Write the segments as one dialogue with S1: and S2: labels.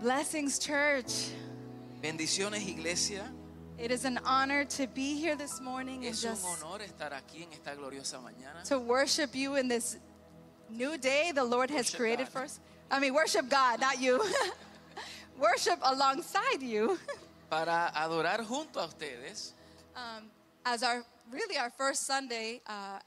S1: Blessings, church.
S2: Bendiciones, iglesia.
S1: It is an honor to be here this morning and
S2: Es un
S1: just
S2: honor estar aquí en esta gloriosa mañana.
S1: to worship you in this new day the Lord has
S2: Worship
S1: created
S2: God.
S1: for us. I mean, worship God, not you. worship alongside you
S2: Para adorar junto a ustedes
S1: um, as our really our first Sunday uh,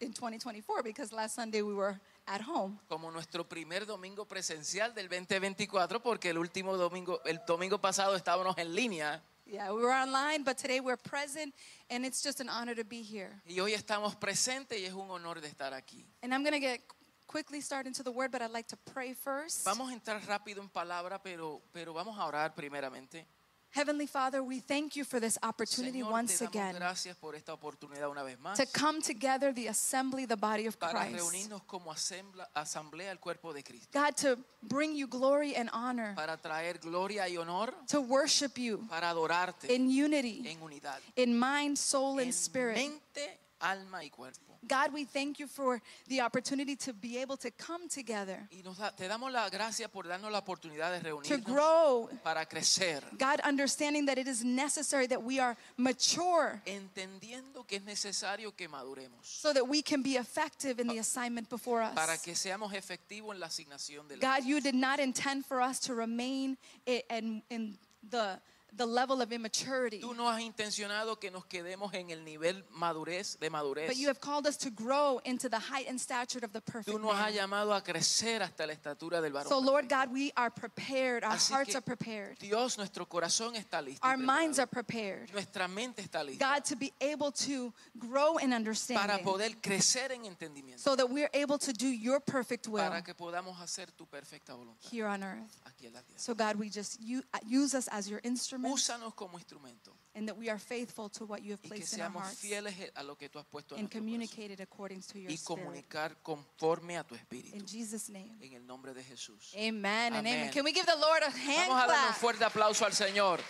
S1: in 2024 because last Sunday we were at home.
S2: como nuestro primer domingo presencial del 2024, porque el último domingo, el domingo pasado estábamos en línea
S1: Yeah, we were online, but today we're present, and it's just an honor to be here.
S2: y hoy estamos presentes y es un honor de estar aquí.
S1: And I'm gonna get quickly start into the word, but I'd like to pray first.
S2: Vamos a entrar rápido en palabra, pero, pero vamos a orar primeramente.
S1: Heavenly Father, we thank you for this opportunity
S2: Señor, te
S1: once
S2: damos
S1: again
S2: gracias por esta oportunidad una vez más
S1: to come together, the assembly, the body of
S2: para
S1: Christ.
S2: reunirnos como asembla- asamblea al cuerpo de Cristo,
S1: God, to bring you glory and honor,
S2: para traer gloria y honor,
S1: to worship you
S2: para adorarte.
S1: in unity,
S2: en unidad.
S1: in mind, soul,
S2: En
S1: and spirit.
S2: mente, alma y cuerpo.
S1: God, we thank you for the opportunity to be able to come together,
S2: Y nos da- te damos la gracia por darnos la oportunidad de
S1: to
S2: reunirnos
S1: grow.
S2: para crecer,
S1: God, understanding that it is necessary that we are mature
S2: entendiendo que es necesario que maduremos
S1: so that we can be effective in the assignment before
S2: para
S1: us.
S2: que seamos efectivos en la asignación de la
S1: God, you did not intend for us to remain i- in, in the, the level of immaturity,
S2: Tú no has intencionado que nos quedemos en el nivel madurez de madurez.
S1: but you have called us to grow into the height and stature of the perfect
S2: Tú nos
S1: man.
S2: has llamado a crecer hasta la estatura del varón.
S1: So, Lord
S2: perfecto.
S1: God, we are prepared. Our
S2: Así
S1: hearts
S2: que,
S1: are prepared.
S2: Dios, nuestro corazón está listo. y
S1: Our minds are
S2: preparado.
S1: prepared.
S2: Nuestra mente está lista
S1: God, to be able to grow in
S2: para
S1: understanding
S2: poder crecer en entendimiento.
S1: so that we're able to do your perfect will
S2: para que podamos hacer tu perfecta voluntad
S1: here on earth.
S2: aquí en la tierra.
S1: So, God, we just you, use us as your instrument
S2: Úsanos como instrumento
S1: and that we are faithful to what you have
S2: y que
S1: placed in our
S2: seamos
S1: hearts
S2: fieles a lo que tú has puesto en
S1: and
S2: nuestro corazón
S1: communicated according to your
S2: y
S1: spirit.
S2: comunicar conforme a tu espíritu
S1: In Jesus' name.
S2: en el nombre de Jesús.
S1: Amen and amen.
S2: Amén.
S1: Can we give the Lord a hand
S2: Vamos a dar un
S1: clap?
S2: fuerte aplauso al Señor.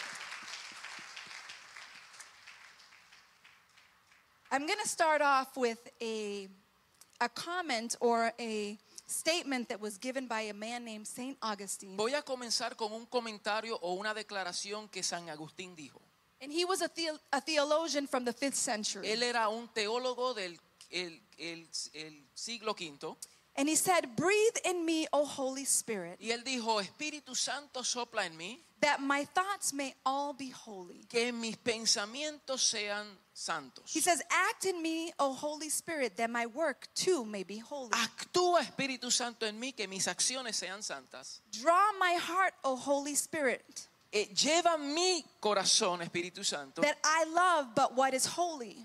S1: I'm going to start off with a, a comment or a statement that was given by a man named St. Augustine.
S2: Voy a comenzar con un comentario o una declaración que San Agustín dijo.
S1: And he was a, theo- a theologian from the 5th century.
S2: Él era un teólogo del el- el- el siglo V
S1: And he said, Breathe in me, O Holy Spirit,
S2: y él dijo, Espíritu Santo sopla en mí,
S1: that my thoughts may all be holy.
S2: que mis pensamientos sean santos.
S1: He says, Act in me, O Holy Spirit, that my work too may be holy.
S2: Ah. Actúa Espíritu Santo en mí, que mis acciones sean santas.
S1: Draw my heart, O Holy Spirit,
S2: Eh, lleva mi corazón, Espíritu Santo,
S1: that I love but what is holy.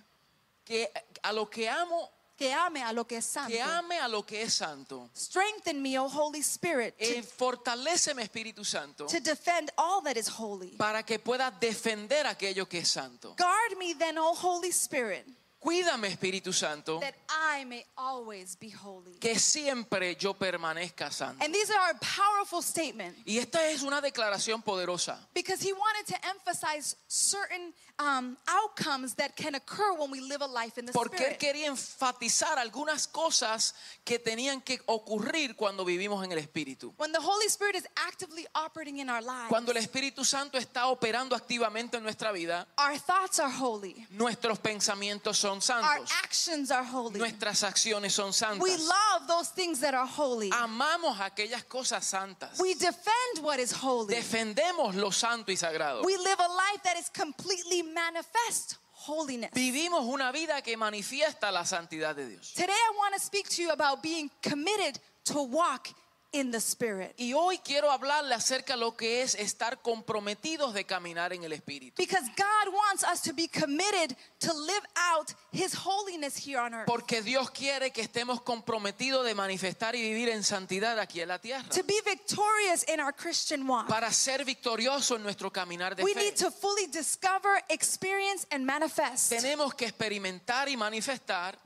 S2: que a lo que amo,
S1: Que ame a lo que es
S2: que
S1: santo.
S2: ame a lo que es santo.
S1: Strengthen me, O Holy Spirit,
S2: Eh,
S1: to,
S2: fortaléceme, Espíritu Santo,
S1: to defend all that is holy.
S2: para que pueda defender aquello que es santo.
S1: Guard me then, O Holy Spirit,
S2: Cuídame, Espíritu Santo,
S1: that I may always be holy.
S2: que siempre yo permanezca santo.
S1: And these are a powerful statement
S2: Y esta es una declaración poderosa,
S1: because he wanted to emphasize certain um, outcomes that can occur when we live a life in the
S2: porque él
S1: Spirit.
S2: quería enfatizar algunas cosas que tenían que ocurrir cuando vivimos en el Espíritu.
S1: When the Holy Spirit is actively operating in our lives,
S2: Cuando el Espíritu Santo está operando activamente en nuestra vida,
S1: our thoughts are holy,
S2: nuestros pensamientos son
S1: our
S2: santos,
S1: actions are holy.
S2: nuestras acciones son santas.
S1: We love those things that are holy.
S2: Amamos aquellas cosas santas.
S1: We defend what is holy.
S2: Defendemos lo santo y sagrado.
S1: We live a life that is completely manifest holiness.
S2: Vivimos una vida que manifiesta la santidad de Dios.
S1: Today, I want to speak to you about being committed to walk in the Spirit.
S2: Y hoy quiero hablarle acerca de lo que es estar comprometidos de caminar en el Espíritu.
S1: Because God wants us to be committed to live out His holiness here on earth,
S2: Porque Dios quiere que estemos comprometidos de manifestar y vivir en santidad aquí en la tierra.
S1: to be victorious in our Christian walk.
S2: Para ser victorioso en nuestro caminar de
S1: We
S2: fe.
S1: need to fully discover, experience, and manifest
S2: tenemos que experimentar y manifestar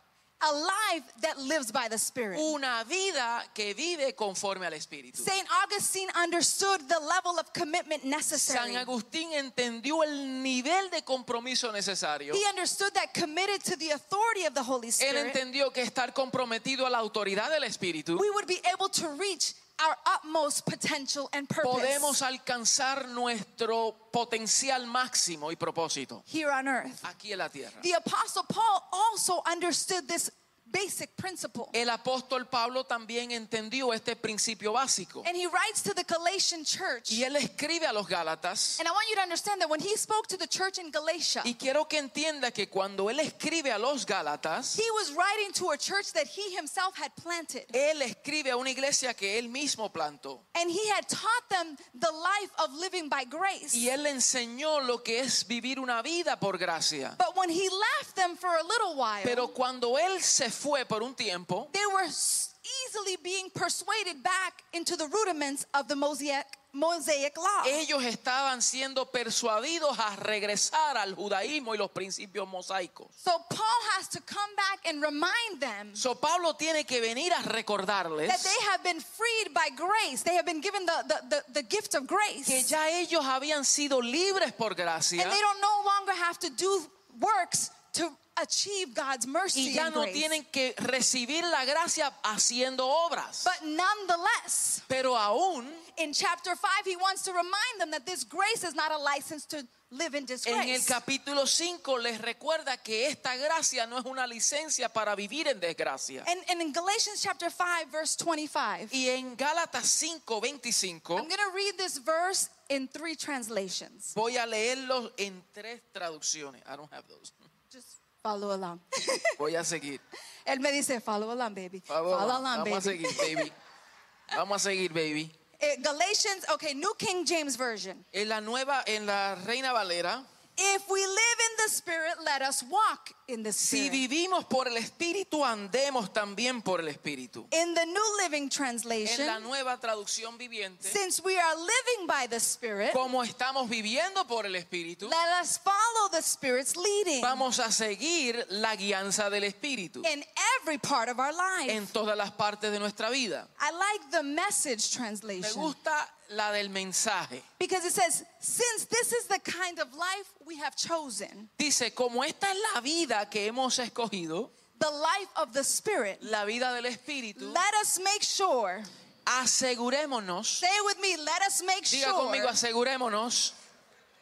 S1: a life that lives by the Spirit.
S2: una vida que vive conforme al Espíritu.
S1: St. Augustine understood the level of commitment
S2: San
S1: necessary.
S2: Agustín entendió el nivel de compromiso necesario.
S1: He understood that committed to the authority of the Holy
S2: Él
S1: Spirit,
S2: entendió que estar comprometido a la autoridad del Espíritu
S1: we would be able to reach our utmost potential and purpose
S2: podemos alcanzar nuestro potencial máximo y propósito
S1: here on earth.
S2: aquí en la tierra.
S1: The Apostle Paul also understood this basic principle.
S2: El apóstol Pablo también entendió este principio básico.
S1: And he writes to the Galatian church.
S2: Y él escribe a los Gálatas.
S1: And I want you to understand that when he spoke to the church in Galatia,
S2: Y quiero que entienda que cuando él escribe a los Gálatas,
S1: he was writing to a church that he himself had planted.
S2: él escribe a una iglesia que él mismo plantó.
S1: And he had taught them the life of living by grace.
S2: Y él le enseñó lo que es vivir una vida por gracia.
S1: But when he left them for a little while, they
S2: Pero cuando él se fue por un tiempo,
S1: were s- easily being persuaded back into the rudiments of the Mosaic, Mosaic law.
S2: ellos estaban siendo persuadidos a regresar al judaísmo y los principios mosaicos.
S1: So Paul has to come back and remind them
S2: So Pablo tiene que venir a recordarles
S1: that they have been freed by grace. They have been given the, the, the, the gift of grace.
S2: que ya ellos habían sido libres por gracia
S1: And they don't no longer have to do works to achieve God's
S2: y
S1: mercy
S2: ya
S1: and
S2: no
S1: grace.
S2: tienen que recibir la gracia haciendo obras.
S1: But nonetheless,
S2: Pero aún
S1: in chapter 5, he wants to remind them that this grace is not a license to live in
S2: en el
S1: disgrace.
S2: capítulo 5 les recuerda que esta gracia no es una licencia para vivir en desgracia.
S1: And, and in Galatians chapter 5, verse 25,
S2: Y en Gálatas
S1: I'm
S2: 5:25
S1: going to read this verse in three translations.
S2: voy a leerlo en tres traducciones. I don't have those.
S1: Just follow along.
S2: Voy a seguir.
S1: Él me dice, follow along, baby.
S2: Por favor,
S1: follow
S2: vamos
S1: along,
S2: a
S1: baby.
S2: seguir, baby. Vamos a seguir, baby.
S1: Eh, Galatians, okay, New King James Version.
S2: En la nueva, en la Reina Valera,
S1: If we live in the Spirit, let us walk in the
S2: si
S1: Spirit.
S2: vivimos por el Espíritu, andemos también por el Espíritu.
S1: In the New Living
S2: En
S1: Translation,
S2: la nueva traducción viviente,
S1: since we are living by the Spirit,
S2: como estamos viviendo por el Espíritu,
S1: let us follow the Spirit's leading
S2: vamos a seguir la guianza del Espíritu
S1: in every part of our
S2: en
S1: life.
S2: todas las partes de nuestra vida.
S1: I like the message
S2: Me
S1: translation
S2: gusta la del mensaje.
S1: because it says, since this is the kind of life we have chosen,
S2: Dice, como esta es la vida que hemos escogido,
S1: the life of the Spirit,
S2: la vida del Espíritu,
S1: let us make sure,
S2: asegurémonos,
S1: say it with me, let us make
S2: diga
S1: sure
S2: conmigo, asegurémonos,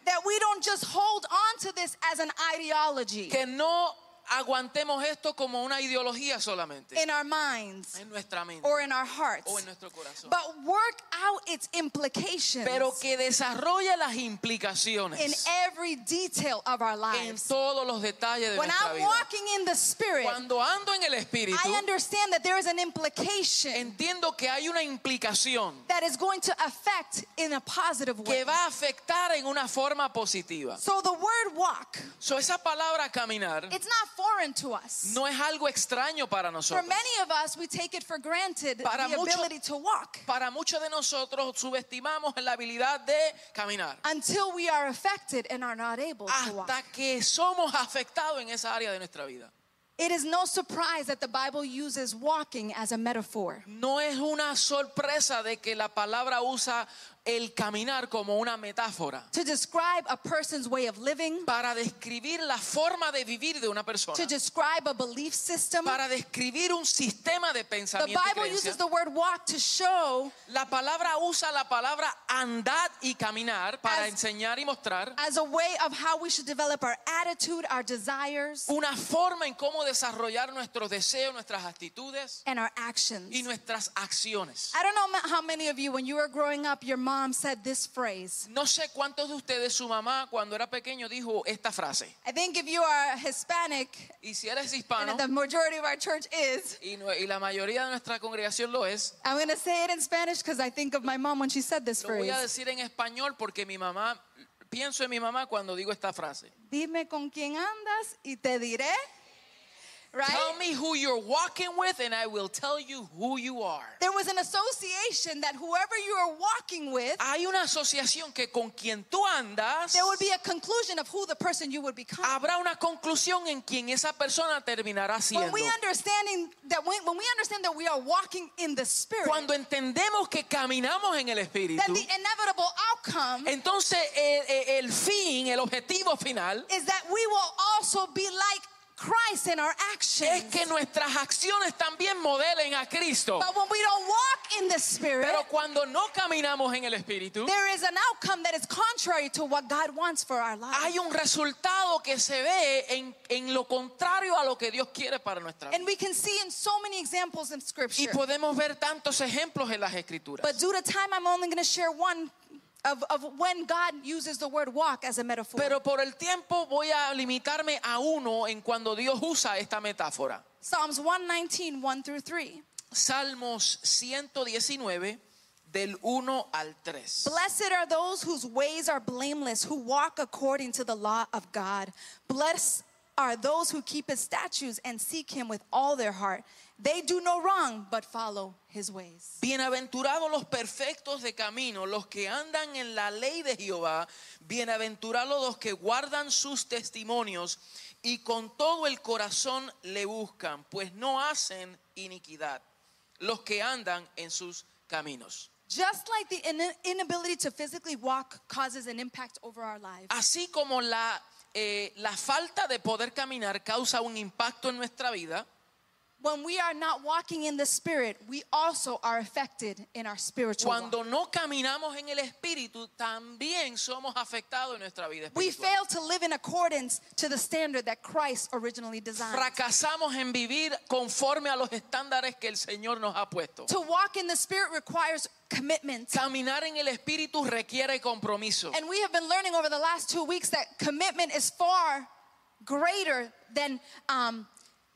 S1: that we don't just hold on to this as an ideology
S2: que no aguantemos esto como una ideología solamente,
S1: in our minds
S2: en nuestra mente
S1: or in our hearts.
S2: o Oh, en nuestro corazón,
S1: but work out its implications
S2: pero que desarrolle las
S1: in
S2: implicaciones
S1: every detail of our
S2: en
S1: lives.
S2: todos los detalles de
S1: When
S2: nuestra
S1: I'm
S2: vida.
S1: walking in the Spirit,
S2: Cuando ando en el Espíritu,
S1: I understand that there is an implication
S2: entiendo que hay una implicación
S1: that is going to affect in a positive way.
S2: que va a afectar en una forma positiva.
S1: So the word walk,
S2: So, esa palabra caminar
S1: it's not foreign to us.
S2: no es algo extraño para
S1: For
S2: nosotros.
S1: many of us, we take it for granted
S2: Para
S1: the
S2: mucho-
S1: ability to walk
S2: Para muchos de nosotros subestimamos la habilidad de caminar
S1: until we are affected and are not able to walk.
S2: hasta que somos afectados en esa área de nuestra vida.
S1: It is no surprise that the Bible uses walking as a metaphor.
S2: No es una sorpresa de que la palabra usa el caminar como una metáfora
S1: to describe a person's way of living,
S2: para describir la forma de vivir de una persona,
S1: to describe a belief system.
S2: para describir un sistema de
S1: The
S2: pensamiento. y
S1: Bible
S2: creencia.
S1: uses the word walk to show
S2: La palabra usa la palabra andar y caminar para
S1: As-
S2: enseñar y mostrar
S1: as a way of how we should develop our attitude, our desires,
S2: una forma en cómo desarrollar nuestros deseos, nuestras actitudes
S1: and our
S2: y
S1: actions.
S2: nuestras acciones.
S1: I don't know ma- how many of you, when you were growing up, your mom said this phrase.
S2: No sé cuántos de ustedes su mamá cuando era pequeño dijo esta frase.
S1: I think if you are Hispanic,
S2: Y si eres
S1: and
S2: hispano
S1: the majority of our church is,
S2: y, no- y la mayoría de nuestra congregación lo es,
S1: I'm going to say it in Spanish because I think of my mom when she said this
S2: lo voy
S1: phrase.
S2: a decir en español porque mi mamá pienso en mi mamá cuando digo esta frase.
S1: Dime con quién andas y te diré. Right?
S2: Tell me who you're walking with and I will tell you who you are.
S1: There was an association that whoever you are walking with,
S2: Hay una asociación que con quien tú andas
S1: there would be a conclusion of who the person you would become.
S2: habrá una conclusión en quien esa persona terminará
S1: When
S2: siendo.
S1: we understanding that when, when we understand that we are walking in the spirit,
S2: Cuando entendemos que caminamos en el
S1: then
S2: Espíritu, eh,
S1: the inevitable outcome
S2: entonces el, el- el fin, el objetivo final
S1: is that we will also be like Christ in our
S2: es
S1: actions.
S2: que nuestras acciones también modelen a Cristo.
S1: But when we don't walk in the Spirit,
S2: Pero cuando no caminamos en el Espíritu,
S1: there is an outcome that is contrary to what God wants for our lives.
S2: hay un resultado que se ve en, en lo contrario a lo que Dios quiere para nuestra vida.
S1: And we can see in so many examples in
S2: Y
S1: Scripture.
S2: podemos ver tantos ejemplos en las Escrituras.
S1: But due to time, I'm only going to share one of, of when God uses the word walk as a metaphor.
S2: Pero por el tiempo voy a limitarme a uno en cuando Dios usa esta metáfora.
S1: Psalms 119, 1 through 3.
S2: Salmos 119 del 1 al 3.
S1: Blessed are those whose ways are blameless, who walk according to the law of God. Blessed are those who keep his statutes and seek him with all their heart. They do no wrong, but follow his ways.
S2: Bienaventurados los perfectos de camino, los que andan en la ley de Jehová, bienaventurados los que guardan sus testimonios y con todo el corazón le buscan, pues no hacen iniquidad los que andan en sus caminos.
S1: Just like the in- inability to physically walk causes an impact over our lives,
S2: Así como la, eh, la falta de poder caminar causa un impacto en nuestra vida,
S1: when we are not walking in the spirit, we also are affected in our spiritual walk.
S2: cuando no caminamos en el Espíritu, también somos afectados en nuestra vida
S1: We fail
S2: espiritual.
S1: to live in accordance to the standard that Christ originally designed.
S2: Fracasamos en vivir conforme a los estándares que el Señor nos ha puesto.
S1: To walk in the Spirit requires commitment.
S2: Caminar en el Espíritu requiere compromiso.
S1: And we have been learning over the last two weeks that commitment is far greater than um,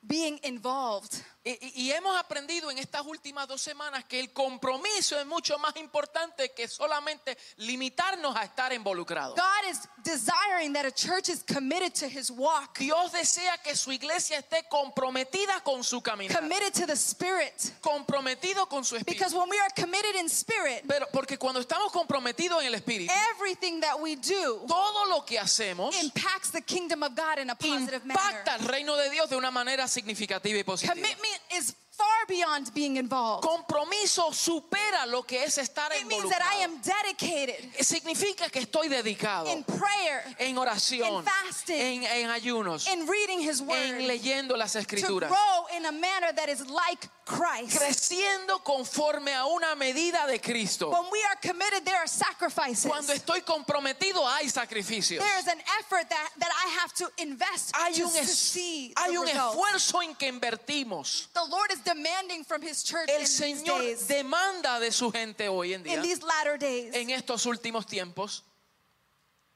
S1: being involved.
S2: Y, y- y hemos aprendido en estas últimas dos semanas que el compromiso es mucho más importante que solamente limitarnos a estar involucrados.
S1: God is desiring that a church is committed to his walk,
S2: Dios desea que su iglesia esté comprometida con su camino,
S1: committed to the Spirit.
S2: comprometido con su espíritu.
S1: Because when we are committed in spirit,
S2: Pero porque cuando estamos comprometidos en el
S1: Eh,
S2: espíritu,
S1: everything that we do
S2: todo lo que hacemos
S1: impacts the kingdom of God in a positive manner.
S2: impacta el reino de Dios de una manera significativa y positiva.
S1: Commitment is far beyond being involved.
S2: Compromiso supera lo que es estar
S1: It means that I
S2: involucrado.
S1: am dedicated
S2: Significa que estoy dedicado
S1: in prayer,
S2: en oración,
S1: in fasting,
S2: en, en ayunos,
S1: in reading His
S2: en
S1: Word,
S2: leyendo las
S1: to
S2: escrituras,
S1: grow in a manner that is like Christ.
S2: creciendo conforme a una medida de Cristo.
S1: When we are committed, there are sacrifices.
S2: Cuando estoy comprometido hay sacrificios.
S1: There is an effort that, that I have to invest
S2: Hay
S1: to
S2: un, es-
S1: see
S2: hay
S1: the
S2: un
S1: results.
S2: esfuerzo en que invertimos.
S1: The Lord is demanding from His church in
S2: El
S1: these
S2: Señor
S1: days,
S2: demanda de su gente hoy en
S1: in
S2: día,
S1: these latter days,
S2: en estos últimos tiempos,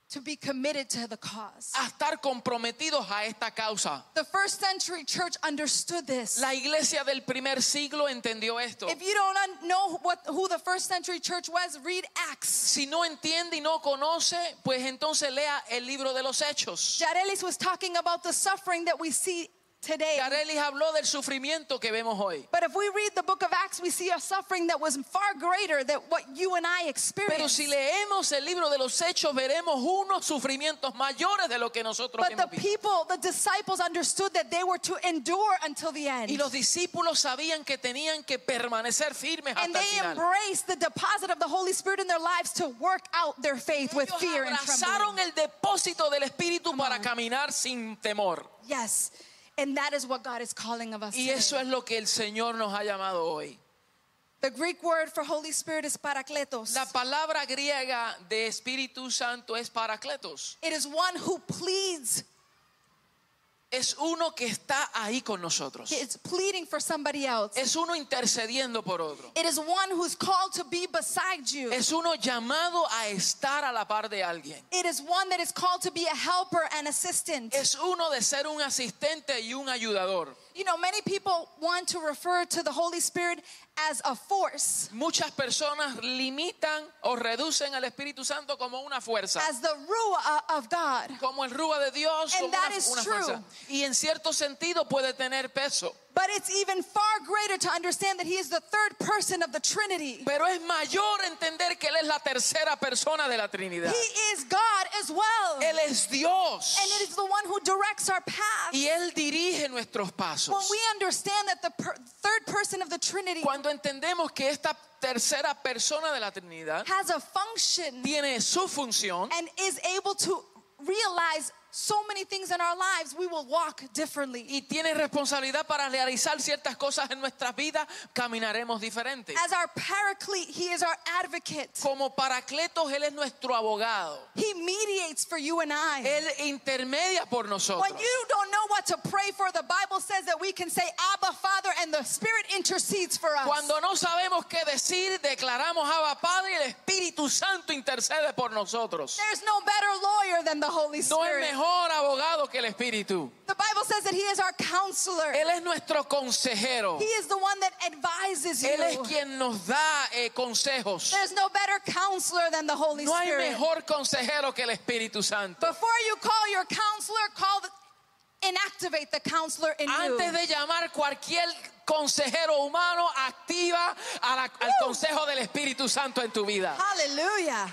S1: to be committed to the cause.
S2: a estar comprometidos a esta causa.
S1: The first century church understood this.
S2: La iglesia del primer siglo entendió esto.
S1: If you don't un- know what, who the first century church was, read Acts.
S2: Si no entiende y no conoce, pues entonces lea el libro de los Hechos.
S1: Jarelis was talking about the suffering that we see today.
S2: Yarelis habló del sufrimiento que vemos hoy.
S1: But if we read the book of Acts, we see a suffering that was far greater than what you and I
S2: Pero
S1: experienced.
S2: si leemos el libro de los Hechos, veremos unos sufrimientos mayores de lo que nosotros
S1: But
S2: hemos
S1: the
S2: visto.
S1: people, the disciples understood that they were to endure until the end.
S2: Y los discípulos sabían que tenían que permanecer firmes
S1: And
S2: hasta el
S1: they
S2: final.
S1: embraced the deposit of the Holy Spirit in their lives to work out their faith with
S2: Ellos
S1: fear and
S2: abrazaron
S1: trembling.
S2: el depósito del Espíritu para caminar sin temor.
S1: Yes. And that is what God is calling of us.
S2: Y
S1: today.
S2: eso es lo que el Señor nos ha llamado hoy.
S1: The Greek word for Holy Spirit is parakletos.
S2: La palabra griega de Espíritu Santo es paracletos.
S1: It is one who pleads.
S2: Es uno que está ahí con nosotros.
S1: It's pleading for somebody else.
S2: Es uno intercediendo por otro.
S1: It is one who's called to be beside you.
S2: Es uno llamado a estar a la par de alguien.
S1: It is one that is called to be a helper and assistant.
S2: Es uno de ser un asistente y un ayudador.
S1: You know, many people want to refer to the Holy Spirit as a force,
S2: Muchas personas limitan o reducen al Espíritu Santo como una fuerza,
S1: as the Ruah of God.
S2: como el rúa de Dios,
S1: And
S2: como una,
S1: that is
S2: una
S1: true.
S2: fuerza. Y en cierto sentido puede tener peso,
S1: But it's even far greater to understand that He is the third person of the Trinity.
S2: pero es mayor entender que él es la tercera persona de la Trinidad.
S1: He is God as well. And
S2: Él es Dios
S1: it is the one who directs our path.
S2: y Él dirige nuestros
S1: When
S2: pasos.
S1: we understand that the per- third person of the Trinity
S2: Cuando entendemos que esta tercera persona de la Trinidad
S1: has a function
S2: tiene su función
S1: and is able to realize so many things in our lives, we will walk differently.
S2: y tienes responsabilidad para realizar ciertas cosas en nuestras vidas, caminaremos diferente.
S1: As our paraclete, he is our advocate.
S2: Como paracletos, Él es nuestro abogado.
S1: He mediates for you and I.
S2: Él intermedia por
S1: When
S2: nosotros.
S1: you don't know what to pray for, the Bible says that we can say, Abba, Father, and the Spirit intercedes for us.
S2: Cuando no sabemos qué decir, declaramos Abba Padre y el Espíritu Santo intercede por nosotros.
S1: There's no better lawyer than the Holy
S2: No es
S1: Spirit.
S2: mejor abogado que el Espíritu.
S1: The Bible says that He is our counselor.
S2: Él es nuestro consejero.
S1: He is the one that advises you.
S2: Él es quien nos da eh, consejos.
S1: There's no better counselor than the Holy
S2: No hay
S1: Spirit.
S2: mejor consejero que el Espíritu Santo.
S1: Before you call your counselor, call the, inactivate the counselor in you.
S2: Antes de llamar cualquier consejero humano, activa a la- al consejo del Espíritu Santo en tu vida.
S1: Hallelujah.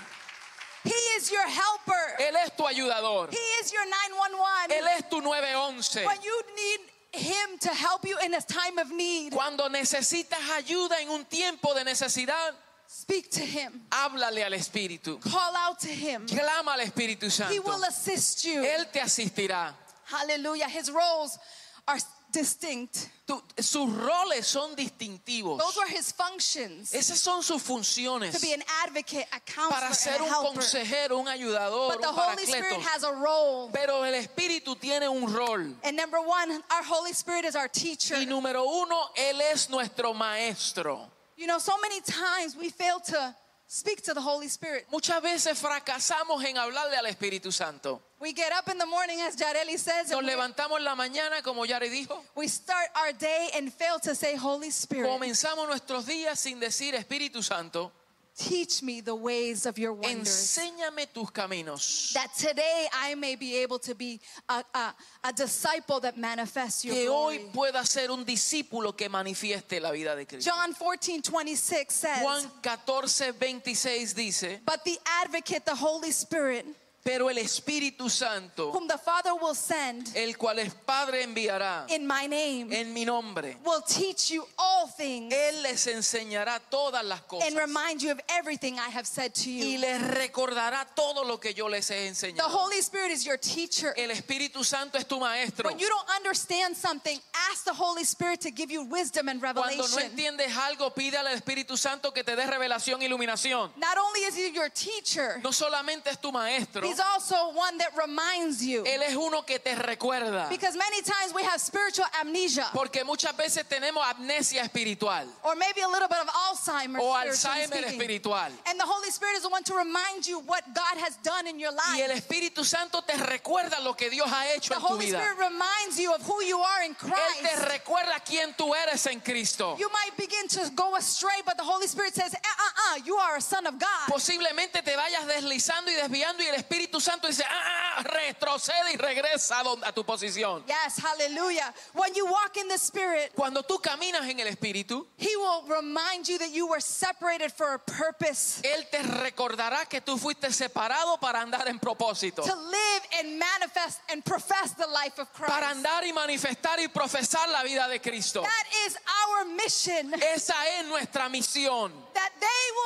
S1: He is your helper.
S2: Él es tu ayudador.
S1: He is your 911.
S2: Él es tu 911.
S1: When you need him to help you in a time of need,
S2: Cuando necesitas ayuda en un tiempo de necesidad,
S1: speak to him.
S2: háblale al Espíritu.
S1: Call out to him.
S2: Clama al Espíritu
S1: He
S2: Santo.
S1: will assist you.
S2: Él te asistirá.
S1: Hallelujah. His roles are distinct.
S2: Tu- sus roles son distintivos.
S1: Those are his functions.
S2: Esas son sus funciones.
S1: To be an advocate, a
S2: Para
S1: counselor,
S2: ser
S1: and a
S2: un
S1: helper.
S2: consejero, un ayudador,
S1: But the
S2: un
S1: Holy Spirit
S2: paracleto.
S1: has a role.
S2: Pero el Espíritu tiene un rol.
S1: And number one, our Holy Spirit is our teacher.
S2: Y número uno, Él es nuestro maestro.
S1: You know, so many times we fail to speak to the Holy Spirit.
S2: Muchas veces fracasamos en hablarle al Espíritu Santo.
S1: We get up in the morning, as Jareli says,
S2: Nos
S1: and we-
S2: levantamos en la mañana, como Yari dijo.
S1: we start our day and fail to say, Holy Spirit,
S2: Comenzamos nuestros días sin decir, Espíritu Santo,
S1: teach me the ways of your wonders.
S2: enséñame tus caminos.
S1: That today I may be able to be a, a, a disciple that manifests your
S2: Que hoy
S1: glory.
S2: pueda ser un discípulo que manifieste la vida de Cristo.
S1: John 14, 26 says,
S2: Juan 14, 26 dice,
S1: But the advocate, the Holy Spirit,
S2: pero el Espíritu Santo,
S1: whom the Father will send
S2: el cual el Padre enviará
S1: in my name,
S2: en mi nombre,
S1: will teach you all things
S2: Él les enseñará todas las cosas
S1: and remind you of everything I have said to
S2: y
S1: you.
S2: les recordará todo lo que yo les he
S1: The
S2: enseñado.
S1: Holy Spirit is your teacher.
S2: El Espíritu Santo es tu maestro.
S1: When you don't understand something, ask the Holy Spirit to give you wisdom and
S2: Cuando no
S1: revelation.
S2: entiendes algo, pídale al Espíritu Santo que te dé revelación e iluminación.
S1: Not only is he your teacher,
S2: No solamente es tu maestro,
S1: he's also one that reminds you.
S2: Él es uno que te recuerda.
S1: Because many times we have spiritual amnesia
S2: Porque muchas veces tenemos amnesia espiritual
S1: or maybe a little bit of Alzheimer's.
S2: o
S1: spiritually
S2: Alzheimer
S1: speaking.
S2: espiritual.
S1: And the Holy Spirit is the one to remind you what God has done in your
S2: Y el
S1: life.
S2: Espíritu Santo te recuerda lo que Dios ha hecho
S1: The
S2: en tu
S1: Holy
S2: vida.
S1: Spirit reminds you of who you are in
S2: Él te
S1: Christ.
S2: recuerda quién tú eres en Cristo.
S1: You might begin to go astray, but the Holy Spirit says, uh uh uh, you are a son of God.
S2: Posiblemente te vayas deslizando y desviando y el Espíritu Santo dice, ah, ah, retrocede y regresa a, donde- a tu posición.
S1: Yes, hallelujah. When you walk in the Spirit,
S2: Cuando tú caminas en el Espíritu,
S1: He will remind you that you were separated for a purpose
S2: Él te recordará que tú fuiste separado para andar en propósito.
S1: to live and manifest and profess the life of
S2: Para
S1: Christ.
S2: andar y manifestar y profesar la vida de Cristo.
S1: That is our mission,
S2: Esa es nuestra misión.
S1: that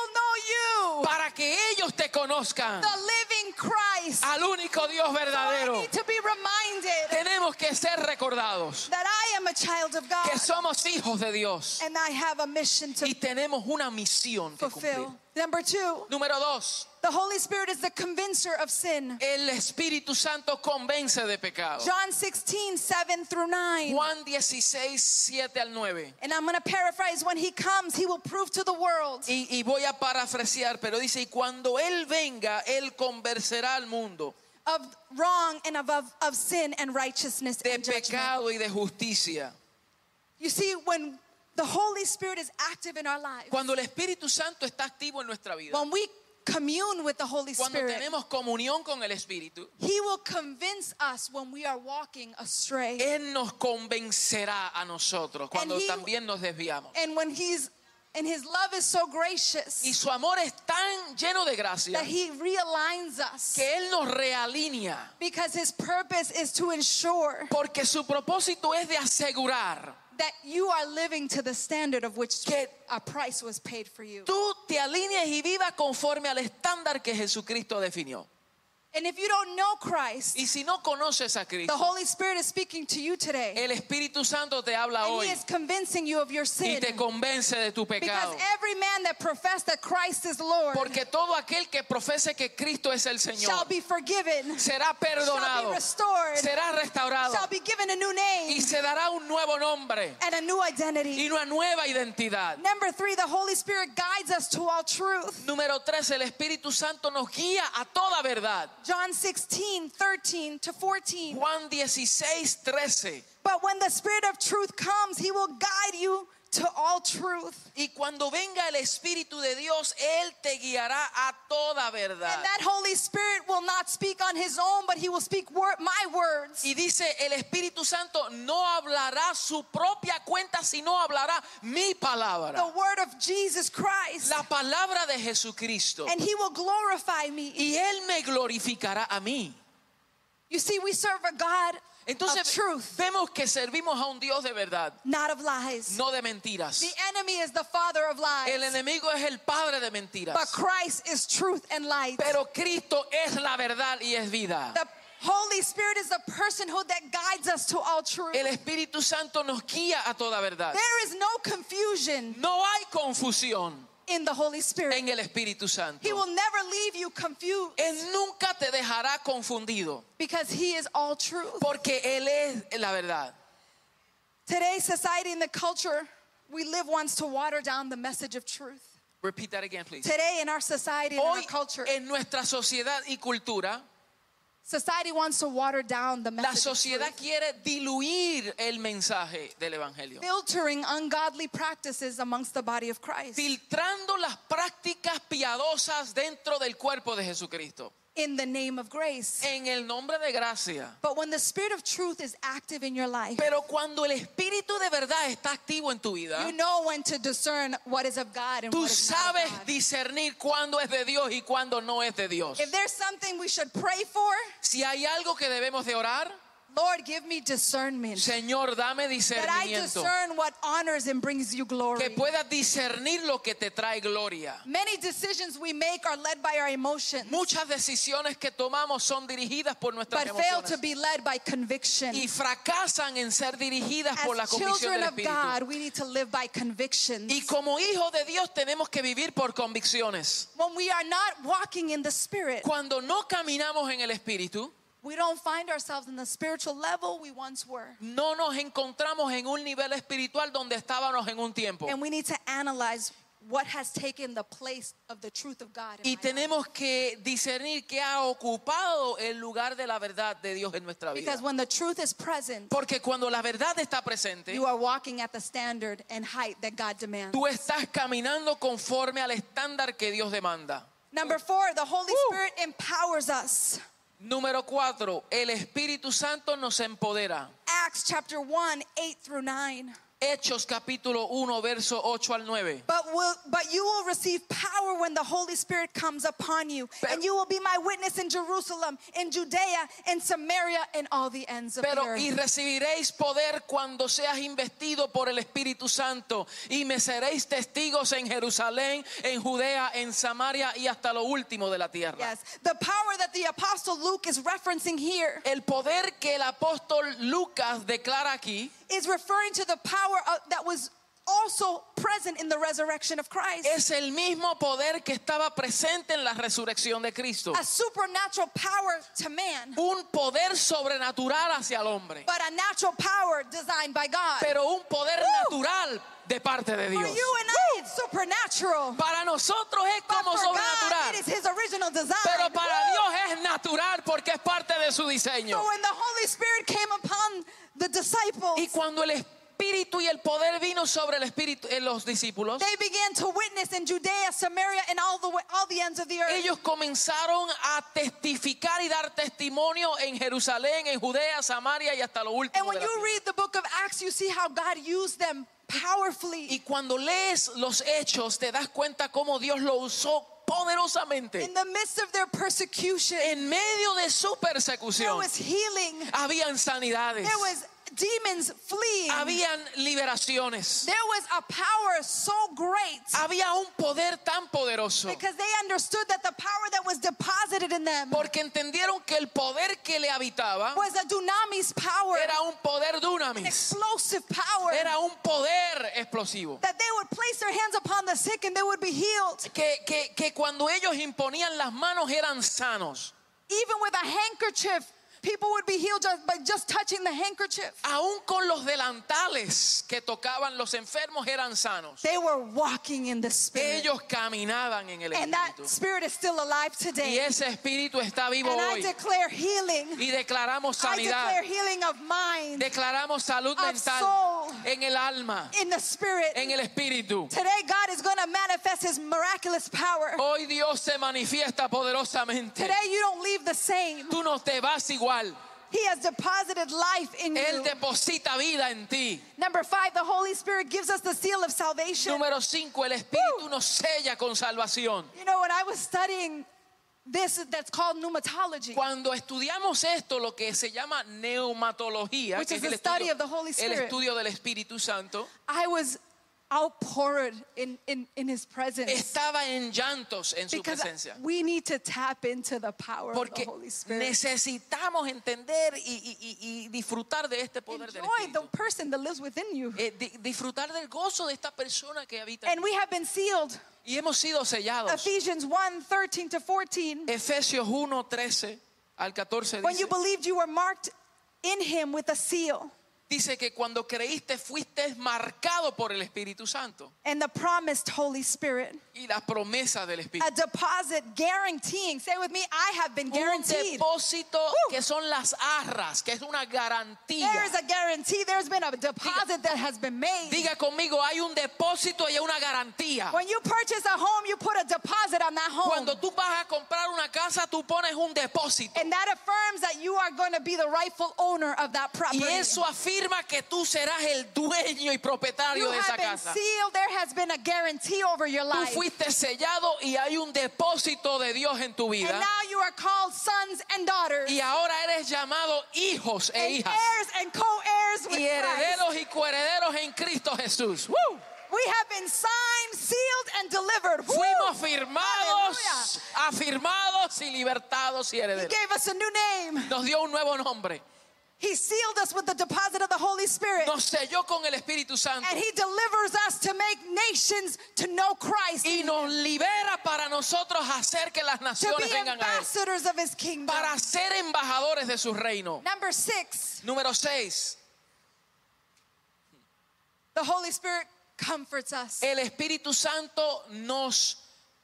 S1: they will know you,
S2: Para que ellos te conozcan
S1: the living Christ.
S2: al único Dios
S1: I
S2: verdadero.
S1: need to be reminded
S2: Tenemos que ser recordados
S1: that I am a child of God
S2: que somos hijos de Dios
S1: and I have a mission
S2: y
S1: to
S2: tenemos una misión que cumplir.
S1: fulfill. Number two,
S2: Número dos,
S1: the Holy Spirit is the convincer of sin.
S2: el Espíritu Santo convence de pecado.
S1: John 16, 7 through 9.
S2: Juan 16, 7 al 9.
S1: And I'm going to paraphrase when he comes, he will prove to the world.
S2: Y, y voy a parafrasear, pero dice, y cuando Él venga, Él conversará al mundo
S1: of wrong and of, of, of sin and righteousness
S2: de
S1: and judgment.
S2: pecado y de justicia.
S1: You see, when the Holy Spirit is active in our lives,
S2: Cuando el Espíritu Santo está activo en nuestra vida,
S1: when we commune with the Holy
S2: cuando
S1: Spirit,
S2: tenemos comunión con el Espíritu,
S1: He will convince us when we are walking astray
S2: Él nos convencerá a nosotros cuando
S1: he-
S2: también nos desviamos.
S1: and when He's and His love is so
S2: Y
S1: gracious
S2: su amor es tan lleno de gracia
S1: that He realigns us
S2: que Él nos realinea.
S1: because His purpose is to ensure
S2: Porque su propósito es de asegurar
S1: that you are living to the standard of which
S2: Que-
S1: a price was paid for you.
S2: tú te alinees y vivas conforme al estándar que Jesucristo definió.
S1: And if you don't know Christ,
S2: Y si no conoces a
S1: the
S2: Cristo,
S1: Holy Spirit is speaking to you today.
S2: el Espíritu Santo te habla
S1: And
S2: hoy
S1: He is convincing you of your
S2: y
S1: sin.
S2: te convence de tu
S1: Because
S2: pecado.
S1: every man that profess that Christ is Lord
S2: Porque todo aquel que profese que Cristo es el
S1: shall
S2: Señor
S1: be forgiven,
S2: será
S1: shall
S2: perdonado,
S1: be restored,
S2: será restaurado
S1: shall be given a new
S2: y
S1: name
S2: se dará un nuevo nombre
S1: and a new identity.
S2: y una nueva identidad.
S1: Number three, the Holy Spirit guides us to all truth.
S2: Número tres, el Espíritu Santo nos guía a toda verdad.
S1: John 16, 13 to 14.
S2: Juan 16, 13.
S1: But when the Spirit of truth comes, he will guide you to all truth.
S2: Y cuando venga el Espíritu de Dios, Él te guiará a toda verdad.
S1: And that Holy Spirit will not speak on his own, but he will speak wor- my words.
S2: Y dice, el Espíritu Santo no hablará su propia cuenta, sino hablará mi
S1: The
S2: palabra.
S1: word of Jesus Christ.
S2: La palabra de Jesucristo.
S1: And he will glorify me.
S2: Y Él me glorificará a mí.
S1: You see, we serve a God of
S2: Entonces
S1: truth,
S2: vemos que servimos a un Dios de verdad,
S1: not of lies.
S2: no de mentiras.
S1: The enemy is the father of
S2: El
S1: lies,
S2: enemigo es el padre de mentiras.
S1: but Christ is truth and light.
S2: Pero Cristo es la verdad y es vida.
S1: The Holy Spirit is the personhood that guides us to all truth.
S2: El Espíritu Santo nos guía a toda verdad.
S1: There is no confusion
S2: No hay confusión
S1: in the Holy Spirit.
S2: en el Espíritu Santo.
S1: He will never leave you confused
S2: Él nunca te dejará confundido
S1: because He is all truth.
S2: porque Él es la verdad.
S1: Today, society and the culture we live wants to water down the message of truth.
S2: Repeat that again, please.
S1: Today, in our society and in our
S2: Hoy
S1: culture,
S2: en nuestra sociedad y cultura,
S1: society wants to water down the
S2: la
S1: message of
S2: sociedad
S1: truth,
S2: quiere diluir el mensaje del Evangelio,
S1: filtering ungodly practices amongst the body of Christ.
S2: filtrando las prácticas piadosas dentro del cuerpo de Jesucristo.
S1: in the name of grace.
S2: En el nombre de gracia.
S1: But when the spirit of truth is active in your life,
S2: Pero cuando el Espíritu de verdad está activo en tu vida,
S1: you know when to discern what is of God and
S2: Tú
S1: what is not of
S2: sabes
S1: God.
S2: discernir cuándo es de Dios y cuándo no es de Dios.
S1: If there's something we should pray for,
S2: Si hay algo que debemos de orar,
S1: Lord, give me discernment.
S2: Señor, dame
S1: That I
S2: discernimiento.
S1: discern what honors and brings you glory.
S2: Que puedas discernir lo que te trae gloria.
S1: Many decisions we make are led by our emotions,
S2: Muchas decisiones que tomamos son dirigidas por nuestras
S1: but fail to
S2: emociones
S1: be led by conviction.
S2: y fracasan en ser dirigidas por la
S1: As
S2: convicción
S1: children
S2: del
S1: of
S2: Espíritu.
S1: God, we need to live by convictions.
S2: Y como hijos de Dios tenemos que vivir por convicciones.
S1: When we are not walking in the Spirit,
S2: Cuando no caminamos en el Espíritu,
S1: we don't find ourselves in the spiritual level we once were.
S2: no nos encontramos en un nivel espiritual donde estábamos en un tiempo.
S1: And we need to analyze what has taken the place of the truth of God. in
S2: Y
S1: my life.
S2: tenemos que discernir que ha ocupado el lugar de la verdad de Dios en nuestra vida.
S1: Because when the truth is present,
S2: Porque cuando la verdad está presente,
S1: you are walking at the standard and height that God demands.
S2: tú estás caminando conforme al estándar que Dios demanda.
S1: Number four, the Holy
S2: Woo.
S1: Spirit empowers us.
S2: Número cuatro, el Espíritu Santo nos empodera.
S1: Acts chapter 1, 8 through 9.
S2: Hechos capítulo 1, verso 8 al 9.
S1: But, will, but you will receive power when the Holy Spirit comes upon you,
S2: Pero-
S1: and you will be my witness in Jerusalem, in Judea, in Samaria, and all the ends of the
S2: Pero
S1: earth.
S2: y recibiréis poder cuando seas investido por el Espíritu Santo y me seréis testigos en Jerusalén, en Judea, en Samaria y hasta lo último de la tierra.
S1: Yes, the power that the Apostle Luke is referencing here
S2: El poder que el apóstol Lucas declara aquí
S1: is referring to the power of, that was also present in the resurrection of Christ.
S2: es el mismo poder que estaba presente en la resurrección de Cristo.
S1: a supernatural power to man,
S2: Un poder sobrenatural hacia el hombre,
S1: but a natural power designed by God.
S2: pero un poder
S1: Woo!
S2: natural de parte de
S1: For
S2: Dios.
S1: you and I, it's supernatural.
S2: Para nosotros es
S1: But
S2: como
S1: for God, it
S2: sobrenatural,
S1: is His original design.
S2: pero para
S1: Woo!
S2: Dios es natural porque es parte de su diseño.
S1: So when the Holy Spirit came upon the disciples,
S2: Y cuando el espíritu y el poder vino sobre el espíritu en los discípulos,
S1: they began to witness in Judea, Samaria, and all the way, all the ends of the earth.
S2: Ellos comenzaron a testificar y dar testimonio en Jerusalén, en Judea, Samaria y hasta lo
S1: and
S2: último.
S1: when
S2: de la
S1: you
S2: tierra.
S1: read the book of Acts, you see how God used them powerfully.
S2: Y cuando lees los hechos, te das cuenta cómo Dios lo usó
S1: In
S2: poderosamente
S1: the midst of their persecution,
S2: en medio de su
S1: there
S2: persecución.
S1: was healing,
S2: Habían sanidades,
S1: there was demons fleeing,
S2: habían liberaciones,
S1: there was a power so great
S2: Ah, había un poder tan poderoso
S1: because they understood that the power that was deposited resided in them
S2: Porque entendieron que el poder que le habitaba
S1: was a dunami's power,
S2: era un poder
S1: an
S2: dunamis,
S1: explosive power,
S2: era un poder explosivo.
S1: that they would place their hands upon the sick and they would be healed.
S2: Que, que- que cuando ellos imponían las manos eran sanos.
S1: Even with a handkerchief, people would be healed just by just touching the handkerchief.
S2: Aún con los delantales que tocaban los enfermos eran sanos.
S1: They were walking in the spirit.
S2: Ellos caminaban en el
S1: And that
S2: Espíritu.
S1: spirit is still alive
S2: Y
S1: today.
S2: ese Espíritu está vivo
S1: And I
S2: hoy.
S1: declare healing.
S2: Y declaramos
S1: I declare
S2: sanidad.
S1: healing of mind
S2: Declaramos salud
S1: of
S2: mental
S1: soul.
S2: en el alma,
S1: in the spirit.
S2: en el Espíritu.
S1: Today, God is going to manifest His miraculous power.
S2: Hoy Dios se manifiesta poderosamente.
S1: Today, you don't leave the same.
S2: Tú no te vas igual.
S1: He has deposited life in
S2: Él
S1: you.
S2: deposita vida en ti.
S1: Number five, the Holy Spirit gives us the seal of salvation.
S2: Número 5, el
S1: Uh.
S2: Espíritu nos sella con salvación.
S1: You know, when I was studying this, that's called pneumatology.
S2: Cuando estudiamos esto, lo que se llama neumatología,
S1: Which
S2: que
S1: is
S2: es el
S1: the study
S2: estudio,
S1: of the Holy
S2: el
S1: Spirit.
S2: estudio del Espíritu Santo,
S1: I was outpoured in, in, in His presence
S2: estaba en llantos en su
S1: because
S2: presencia.
S1: we need to tap into the power of the
S2: Porque
S1: Holy Spirit.
S2: necesitamos entender y, y- y- y disfrutar de este poder del
S1: Enjoy the
S2: Espíritu.
S1: person that lives within you.
S2: Eh, di- disfrutar del gozo de esta persona que habita.
S1: And we have been sealed.
S2: Y hemos sido sellados.
S1: Ephesians 1 13 to 14.
S2: Efesios 1, 13 al 14
S1: When
S2: dice,
S1: you believed, you were marked in him with a seal.
S2: dice que cuando creíste fuiste marcado por el Espíritu Santo
S1: And the promised Holy Spirit,
S2: y la promesa del Espíritu.
S1: a deposit guaranteeing. Say with me, I have been
S2: Un
S1: guaranteed.
S2: depósito
S1: Woo.
S2: que son las arras, que es una
S1: There
S2: garantía.
S1: is a guarantee. There's been a deposit that has been made.
S2: Diga conmigo, hay un depósito y hay una garantía.
S1: When you purchase a home, you put a deposit on that home.
S2: Cuando tú vas a comprar una casa, tú pones un depósito.
S1: And that affirms that you are going to be the rightful owner of that property.
S2: Y eso afirma que tú serás el dueño y
S1: you
S2: propietario de esa
S1: have been
S2: casa.
S1: sealed. There has been a guarantee over your
S2: Tú
S1: life.
S2: fuiste sellado y hay un depósito de Dios en tu
S1: And
S2: vida.
S1: now you are called sons and daughters,
S2: Y ahora eres llamado hijos e
S1: and
S2: hijas
S1: heirs and co-heirs with
S2: y
S1: Christ.
S2: herederos y coherederos en Cristo Jesús. ¡Woo!
S1: We have been signed, sealed, and delivered. Woo!
S2: Fuimos firmados,
S1: ¡Uh! Aleluya.
S2: afirmados y libertados y
S1: He
S2: herederos.
S1: gave us a new name.
S2: Nos dio un nuevo nombre.
S1: He sealed us with the deposit of the Holy Spirit.
S2: Nos selló con el Espíritu Santo
S1: And He delivers us to make nations to know Christ,
S2: y nos libera para nosotros hacer que las
S1: to
S2: naciones
S1: be
S2: vengan a él,
S1: ambassadors of His kingdom.
S2: para ser embajadores de su reino.
S1: Number six,
S2: Número 6.
S1: the Holy Spirit comforts us.
S2: El Espíritu Santo nos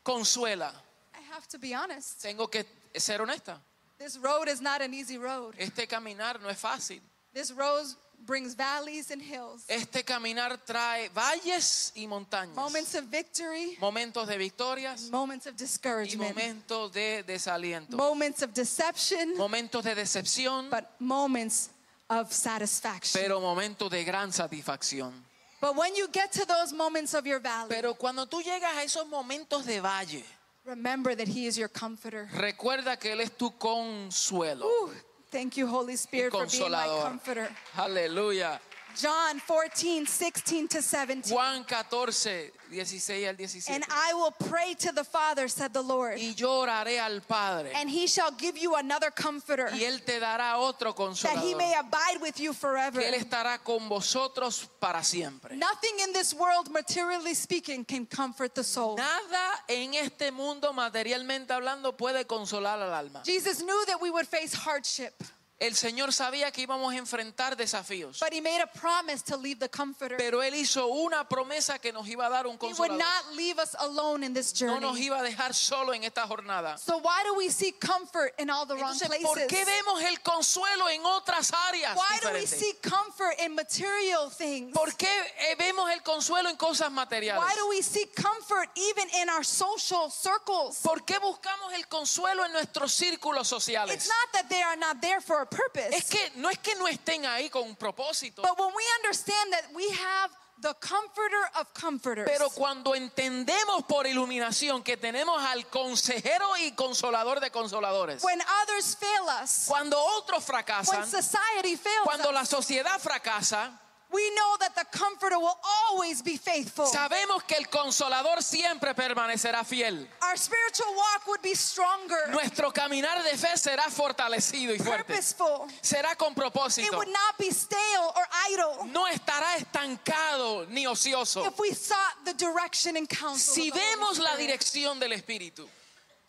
S2: consuela.
S1: I have to be honest.
S2: Tengo que ser honesta.
S1: This road is not an easy road.
S2: Este caminar no es fácil.
S1: This road brings valleys and hills,
S2: Este caminar trae valles y montañas,
S1: moments of victory,
S2: momentos de victorias
S1: moments of
S2: y
S1: discouragement,
S2: momentos de desaliento,
S1: moments of deception.
S2: momentos de decepción,
S1: but moments of satisfaction.
S2: pero momentos de gran satisfacción.
S1: but when you get to those moments of your valley,
S2: Pero cuando tú llegas a esos momentos de valle,
S1: remember that He is your comforter.
S2: recuerda que Él es tu consuelo,
S1: Ooh, thank you, Holy Spirit, for being my
S2: consolador.
S1: comforter.
S2: Aleluya.
S1: John 14, 16 to 17.
S2: Juan 14, 16 al 17.
S1: And I will pray to the Father, said the Lord,
S2: Y lloraré al Padre,
S1: and He shall give you another comforter,
S2: y Él te dará otro
S1: that He
S2: consolador.
S1: may abide with you forever.
S2: que Él estará con vosotros para siempre.
S1: Nothing in this world, materially speaking, can comfort the soul.
S2: Nada en este mundo materialmente hablando puede consolar al alma.
S1: Jesus knew that we would face hardship,
S2: El Señor sabía que íbamos a enfrentar desafíos,
S1: but He made a promise to leave the comforter.
S2: pero Él hizo una promesa que nos iba a dar un
S1: He would
S2: consolador.
S1: not leave us alone in this
S2: No nos
S1: journey.
S2: iba a dejar solo en esta jornada.
S1: So why do we seek comfort in all the wrong
S2: Entonces, ¿por
S1: places?
S2: qué vemos el consuelo en otras áreas?
S1: Why do we
S2: diferentes?
S1: seek comfort in material things?
S2: ¿Por qué eh, vemos el consuelo en cosas materiales?
S1: Why do we seek comfort even in our social circles?
S2: ¿Por qué buscamos el consuelo en nuestros círculos
S1: It's
S2: sociales?
S1: not that they are not there for a
S2: Es
S1: purpose,
S2: que no es que no estén ahí con un propósito,
S1: but when we understand that we have the comforter of comforters,
S2: Pero cuando entendemos por iluminación que tenemos al consejero y consolador de consoladores,
S1: when others fail us,
S2: cuando otros
S1: when pues, eh,
S2: fracasan,
S1: society fails
S2: cuando la
S1: us,
S2: sociedad fracasa,
S1: We know that the Comforter will always be faithful.
S2: Sabemos que el consolador siempre permanecerá fiel.
S1: Our spiritual walk would be stronger,
S2: Nuestro caminar de fe será fortalecido y fuerte.
S1: purposeful.
S2: Será con
S1: It
S2: propósito.
S1: would not be stale or idle
S2: No estará estancado ni ocioso.
S1: if we sought the direction and counsel.
S2: Si
S1: of the Holy
S2: vemos la
S1: Spirit.
S2: dirección del Espíritu,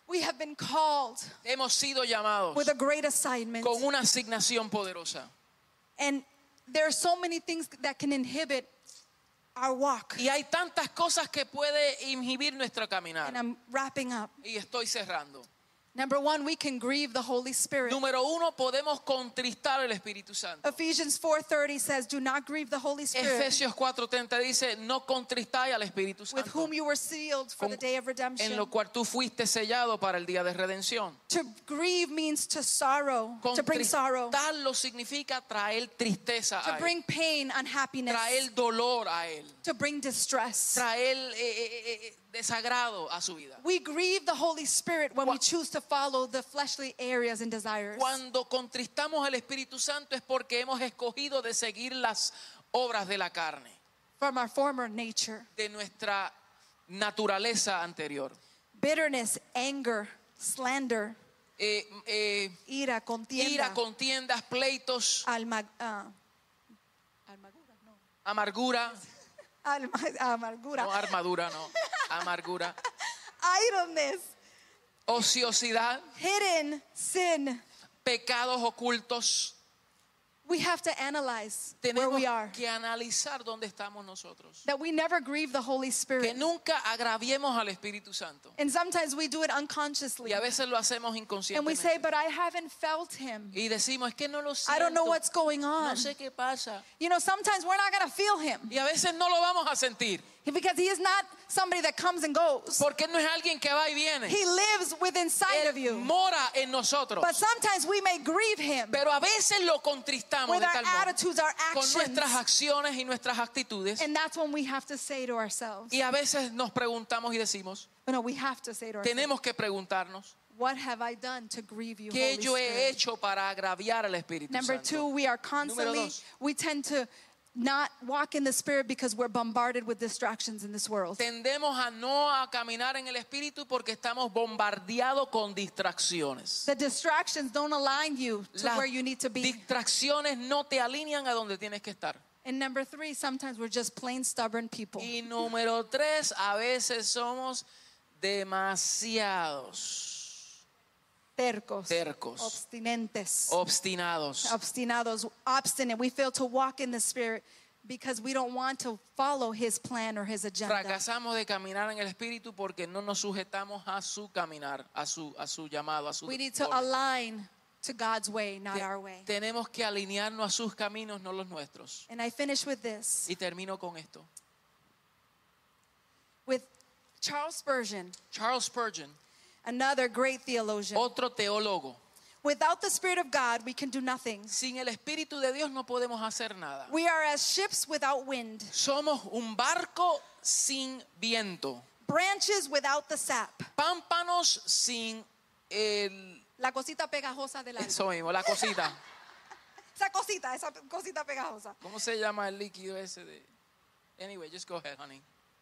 S1: we have been called
S2: hemos sido llamados
S1: with a great assignment.
S2: con una asignación poderosa.
S1: And there are so many things that can inhibit our walk.
S2: Y hay tantas cosas que puede inhibir nuestro
S1: And
S2: caminar.
S1: I'm wrapping up.
S2: Y estoy cerrando.
S1: Number one, we can grieve the Holy Spirit.
S2: Número uno, podemos contristar el Espíritu Santo.
S1: Ephesians 4:30 says, "Do not grieve the Holy Spirit,
S2: Efesios 4:30 dice, no contristáis al Espíritu
S1: with
S2: Santo,
S1: whom you were sealed for
S2: con-
S1: the day of
S2: en
S1: redemption."
S2: lo cual tú fuiste sellado para el día de redención.
S1: To grieve means to sorrow, to bring sorrow,
S2: Contristarlo significa traer tristeza
S1: to
S2: a él,
S1: bring pain, unhappiness,
S2: traer dolor a él,
S1: to bring distress.
S2: traer eh, eh, eh, desagrado a su vida.
S1: We grieve the Holy Spirit when we
S2: Cuan-
S1: choose to follow the fleshly areas and desires.
S2: Cuando contristamos al Espíritu Santo es porque hemos escogido de seguir las obras de la carne,
S1: from our former nature.
S2: de nuestra naturaleza anterior.
S1: Bitterness, anger, slander,
S2: Eh, eh,
S1: ira, contienda,
S2: ira, contiendas, pleitos,
S1: alma, ah, almagura, no,
S2: amargura,
S1: alma- amargura,
S2: no armadura, no, amargura,
S1: idleness,
S2: ociosidad,
S1: hidden sin.
S2: pecados ocultos.
S1: We have to analyze where
S2: Tenemos
S1: we are.
S2: que analizar dónde estamos nosotros.
S1: That we never grieve the Holy
S2: Que
S1: Spirit.
S2: nunca agraviemos al Espíritu Santo.
S1: And sometimes we do it unconsciously.
S2: Y a veces lo hacemos
S1: And we say,
S2: inconscientemente.
S1: but I haven't felt him.
S2: Y decimos, es que no lo siento.
S1: I don't know what's going on.
S2: No sé qué pasa.
S1: You know, sometimes we're not going to feel him
S2: Y a veces no lo vamos a sentir.
S1: because he is not somebody that comes and goes.
S2: Porque no es alguien que va y viene.
S1: He lives within sight of
S2: Él
S1: you.
S2: mora en nosotros.
S1: But sometimes we may grieve him
S2: Pero a veces lo contristamos
S1: with
S2: de
S1: our
S2: tal modo.
S1: attitudes, our
S2: Con nuestras
S1: actions.
S2: acciones y nuestras actitudes.
S1: And that's when we have to say to ourselves,
S2: Y a veces nos preguntamos y decimos,
S1: no, we have to say to ourselves,
S2: tenemos que preguntarnos,
S1: what have I done to grieve you,
S2: ¿qué
S1: Holy
S2: yo he
S1: Spirit?
S2: hecho para agraviar al Espíritu
S1: Number two,
S2: Santo?
S1: we are constantly,
S2: dos.
S1: we tend to not walk in the Spirit because we're bombarded with distractions in this world.
S2: Tendemos a no a caminar en el Espíritu porque estamos bombardeados con distracciones.
S1: The distractions don't align you to
S2: Las
S1: where you need to be.
S2: distracciones no te alinean a donde tienes que estar.
S1: And number three, sometimes we're just plain stubborn people.
S2: Y número tres, a veces somos demasiados
S1: Tercos,
S2: Tercos.
S1: obstinentes.
S2: obstinados.
S1: obstinados, obstinate. We fail to walk in the Spirit because we don't want to follow His plan or His agenda.
S2: Fracasamos de caminar en el Espíritu porque no nos sujetamos a su caminar, a su, a su llamado, a su
S1: We need to
S2: orden.
S1: align to God's way, not
S2: Te-
S1: our way.
S2: Tenemos que alinearnos a sus caminos, no los nuestros.
S1: And I finish with this
S2: Y termino con esto.
S1: with Charles Spurgeon,
S2: Charles Spurgeon,
S1: another great theologian.
S2: otro teólogo.
S1: Without the Spirit of God, we can do nothing.
S2: Sin el Espíritu de Dios no podemos hacer nada.
S1: We are as ships without wind,
S2: Somos un barco sin viento,
S1: branches without the sap.
S2: pámpanos sin el...
S1: La cosita pegajosa del árbol.
S2: Eso mismo, la cosita.
S1: Esa cosita, esa cosita pegajosa.
S2: ¿Cómo se llama el líquido ese de...? Anyway, just go ahead, honey.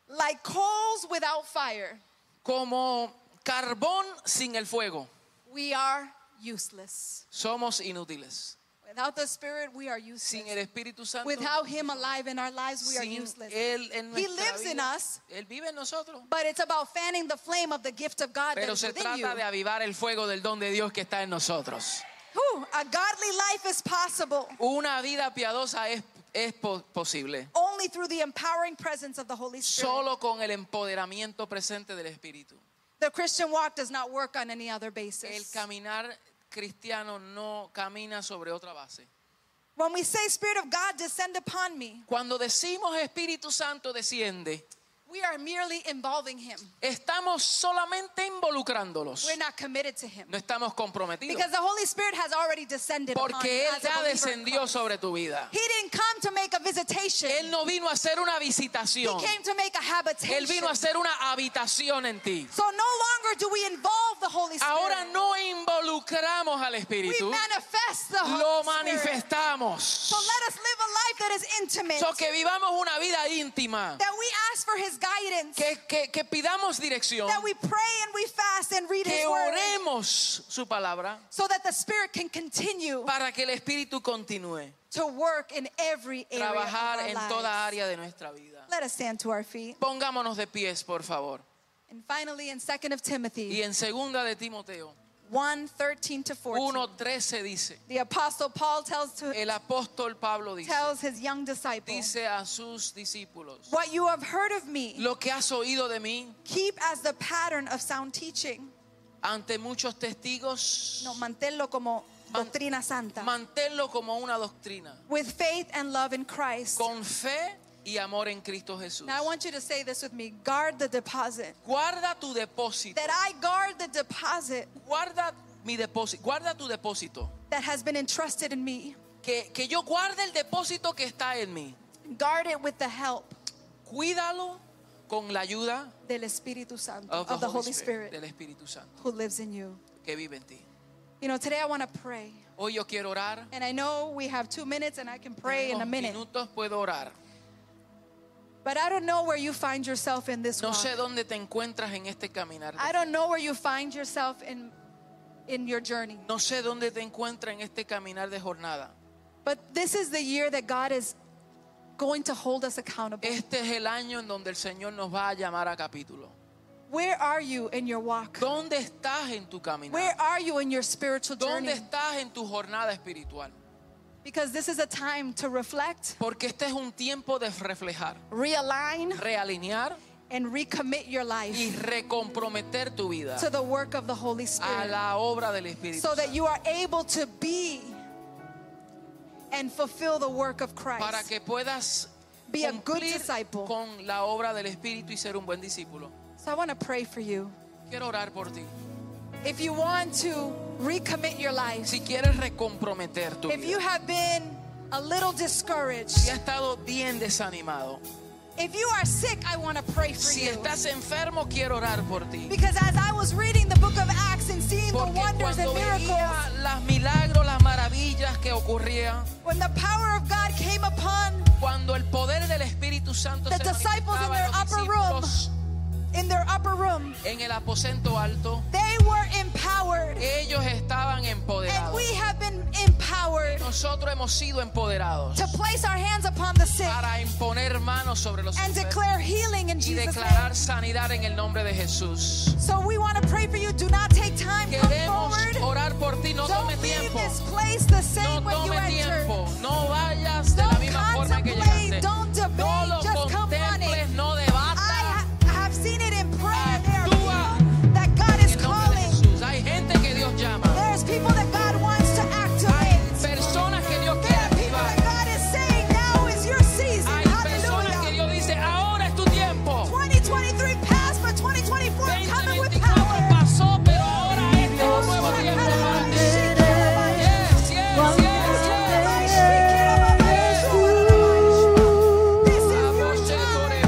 S1: Like coals without fire,
S2: Como carbón sin el fuego,
S1: we are useless.
S2: somos inútiles.
S1: Without the Spirit, we are useless.
S2: Sin el Espíritu Santo,
S1: Without Him alive in our lives, we are
S2: sin
S1: useless.
S2: él en
S1: He
S2: nuestra
S1: lives in
S2: vida,
S1: us,
S2: él vive en nosotros.
S1: but it's about fanning the flame of the gift of God
S2: Pero
S1: that's
S2: se
S1: within you.
S2: trata de avivar el fuego del don de Dios que está en nosotros.
S1: Whew, a godly life is possible
S2: Una vida piadosa es, es po- posible
S1: only through the empowering presence of the Holy Spirit.
S2: solo con el empoderamiento presente del Espíritu.
S1: the Christian walk does not work on any other
S2: El
S1: basis.
S2: caminar cristiano no camina sobre otra base.
S1: when we say, Spirit of God, descend upon me,
S2: Cuando decimos Espíritu Santo desciende,
S1: we are merely involving Him.
S2: estamos solamente involucrándolos.
S1: We're not committed to Him.
S2: No estamos comprometidos
S1: Because the Holy Spirit has already descended upon you
S2: porque Él
S1: as a
S2: ya
S1: believer in
S2: descendió
S1: Christ.
S2: sobre tu vida.
S1: He didn't come to make a visitation.
S2: Él no vino a hacer una
S1: He
S2: visitación.
S1: came to make a habitation.
S2: Él vino a hacer una habitación en ti.
S1: So no longer do we involve the Holy Spirit.
S2: Ahora no involucramos al
S1: We
S2: Espíritu,
S1: manifest the
S2: lo
S1: Holy Spirit.
S2: manifestamos.
S1: So let us live a life that is intimate.
S2: So que vivamos una vida íntima,
S1: that we ask for His guidance.
S2: que, que- que pidamos dirección,
S1: that we pray and we fast and read His
S2: que
S1: Word.
S2: oremos su palabra
S1: So that the Spirit can continue
S2: para que el Espíritu continúe
S1: to work in every area of
S2: trabajar
S1: our
S2: en
S1: lives.
S2: toda área de nuestra vida.
S1: Let us stand to our feet.
S2: Pongámonos de pies, por favor.
S1: And finally, in 2nd of
S2: Y
S1: Timothy
S2: en segunda de Timoteo
S1: 1, 13 to 14,
S2: 1.13 dice,
S1: the Apostle Paul tells, to,
S2: el apóstol Pablo dice,
S1: tells his young disciples,
S2: dice a sus discípulos,
S1: What you have heard of me,
S2: lo que has oído de mí
S1: keep as the pattern of sound teaching.
S2: ante muchos testigos,
S1: No, manténlo como
S2: Man-
S1: doctrina santa.
S2: manténlo como una doctrina,
S1: with faith and love in Christ.
S2: con fe y amor en Cristo Jesús.
S1: Now I want you to say this with me. Guard the deposit.
S2: Guarda tu depósito,
S1: That I guard the deposit
S2: guarda mi depósito, guarda tu depósito.
S1: that has been entrusted in me.
S2: Que, que yo guarde el depósito que está en mí.
S1: Guard it with the help
S2: Cuídalo con la ayuda
S1: del Espíritu Santo
S2: of the Holy
S1: Spirit,
S2: Spirit, del Espíritu Santo
S1: who lives in you.
S2: que vive en ti.
S1: You know, today I want to pray.
S2: Hoy yo quiero orar.
S1: And I know we have two minutes and I can pray in a
S2: Tenemos
S1: minute.
S2: minutos puedo orar.
S1: But I don't know where you find yourself in this
S2: No
S1: walk.
S2: sé dónde te encuentras en este caminar.
S1: I don't know where you find yourself in in your journey.
S2: No sé dónde te encuentras en este caminar de jornada.
S1: But this is the year that God is going to hold us accountable.
S2: Este es el año en donde el Señor nos va a llamar a capítulo.
S1: Where are you in your walk?
S2: ¿Dónde estás en tu
S1: Where
S2: caminar?
S1: are you in your spiritual
S2: ¿Dónde
S1: journey?
S2: estás en tu jornada espiritual?
S1: Because this is a time to reflect,
S2: Porque este es un tiempo de reflejar,
S1: realign,
S2: realinear
S1: and recommit your
S2: y
S1: life
S2: recomprometer tu vida
S1: to the work of the Holy
S2: a
S1: Spirit
S2: la obra del Espíritu
S1: so that
S2: Santo.
S1: you are able to be and fulfill the work of
S2: para
S1: Christ.
S2: que puedas
S1: Be a good
S2: cumplir
S1: disciple.
S2: con la obra del Espíritu y ser un buen discípulo.
S1: So I want to pray for you.
S2: Quiero orar por ti.
S1: If you want to recommit your life,
S2: Si quieres recomprometer tu
S1: if you
S2: vida,
S1: have been a little discouraged,
S2: si has estado bien desanimado,
S1: if you are sick, I want to pray for
S2: si
S1: you.
S2: estás enfermo, quiero orar por ti.
S1: Because as I was reading the book of Acts and seeing the
S2: Porque
S1: wonders and
S2: cuando
S1: miracles,
S2: veía las milagros, las maravillas que ocurrían,
S1: When the power of God came upon
S2: cuando el poder del Espíritu Santo
S1: The
S2: se
S1: disciples in
S2: manifestaba
S1: their
S2: en los
S1: upper
S2: discípulos
S1: in their upper room,
S2: en el aposento alto,
S1: they were empowered.
S2: ellos estaban
S1: And
S2: empoderados.
S1: we have been empowered
S2: Nosotros hemos sido empoderados
S1: to place our hands upon the sick
S2: para imponer manos sobre los
S1: and
S2: enfermos.
S1: declare healing in
S2: y
S1: Jesus' name.
S2: declarar sanidad en el nombre de Jesús.
S1: So we want to pray for you. Do not take time. Come
S2: Queremos
S1: forward.
S2: orar por ti, no tome
S1: Don't leave
S2: tiempo.
S1: this place the
S2: No
S1: same way you
S2: tome
S1: entered.
S2: tiempo. No vayas de la
S1: Don't
S2: misma forma que
S1: contemplate,
S2: llegaste.
S1: don't debate,
S2: No lo
S1: just come
S2: contemples,
S1: running.
S2: no
S1: I
S2: debatas.
S1: ha- have seen it in prayer. There are
S2: Actúa
S1: people that God
S2: En
S1: is
S2: el nombre de
S1: calling.
S2: Jesús. Hay gente que Dios llama.
S1: There's people that God wants to
S2: Hay
S1: activate.
S2: personas que Dios
S1: There
S2: quiere
S1: are people that
S2: activar.
S1: God is saying now is your season.
S2: Hay personas que
S1: Hallelujah.
S2: Dios dice, ahora es tu tiempo.
S1: 2023 passed, but 2024 coming with
S2: 2024
S1: power.
S2: pasó, pero ahora este es un nuevo tiempo para ti. Yes, yes, yes,
S1: This is
S2: yes.
S1: your time.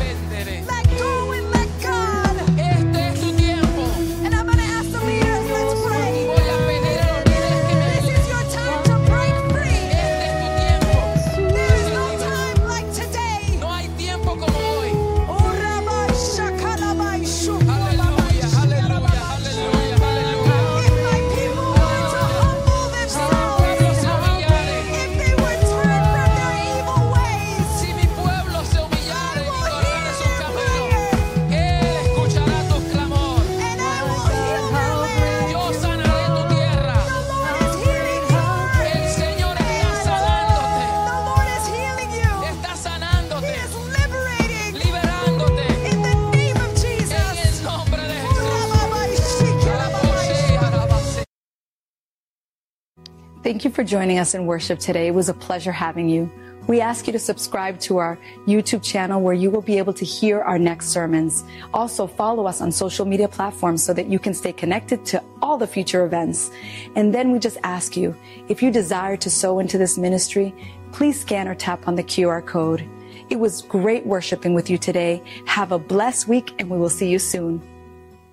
S2: Este
S1: Let go and let God.
S2: es tu tiempo.
S1: And I'm gonna ask the leaders, let's
S2: Voy
S1: pray.
S2: a pedir a los líderes que me
S1: This
S2: ayuden.
S1: is your time to break free.
S2: Este es tu tiempo.
S1: There is no time like today. Oh,
S2: No hay tiempo como hoy. Aleluya, aleluya, aleluya, aleluya.
S1: If my people were to humble
S2: Pueblos
S1: themselves,
S2: se humillare.
S1: if they would turn from their evil ways,
S2: Si mi pueblo se humillare y corriere sus caminos, Él escuchará tus clamor.
S1: and I will heal their land.
S2: Yo sanaré tu tierra.
S1: The Lord is healing your
S2: El Señor está sanándote.
S1: The Lord is healing you.
S2: Está
S1: He
S2: sanándote,
S1: is liberating
S2: liberándote.
S1: in the name of
S2: En
S1: Jesus. Oh,
S2: el nombre de Jesús.
S3: Thank you for joining us in worship today. It was a pleasure having you. We ask you to subscribe to our YouTube channel where you will be able to hear our next sermons. Also, follow us on social media platforms so that you can stay connected to all the future events. And then we just ask you if you desire to sow into this ministry, please scan or tap on the QR code. It was great worshiping with you today. Have a blessed week, and we will see you soon.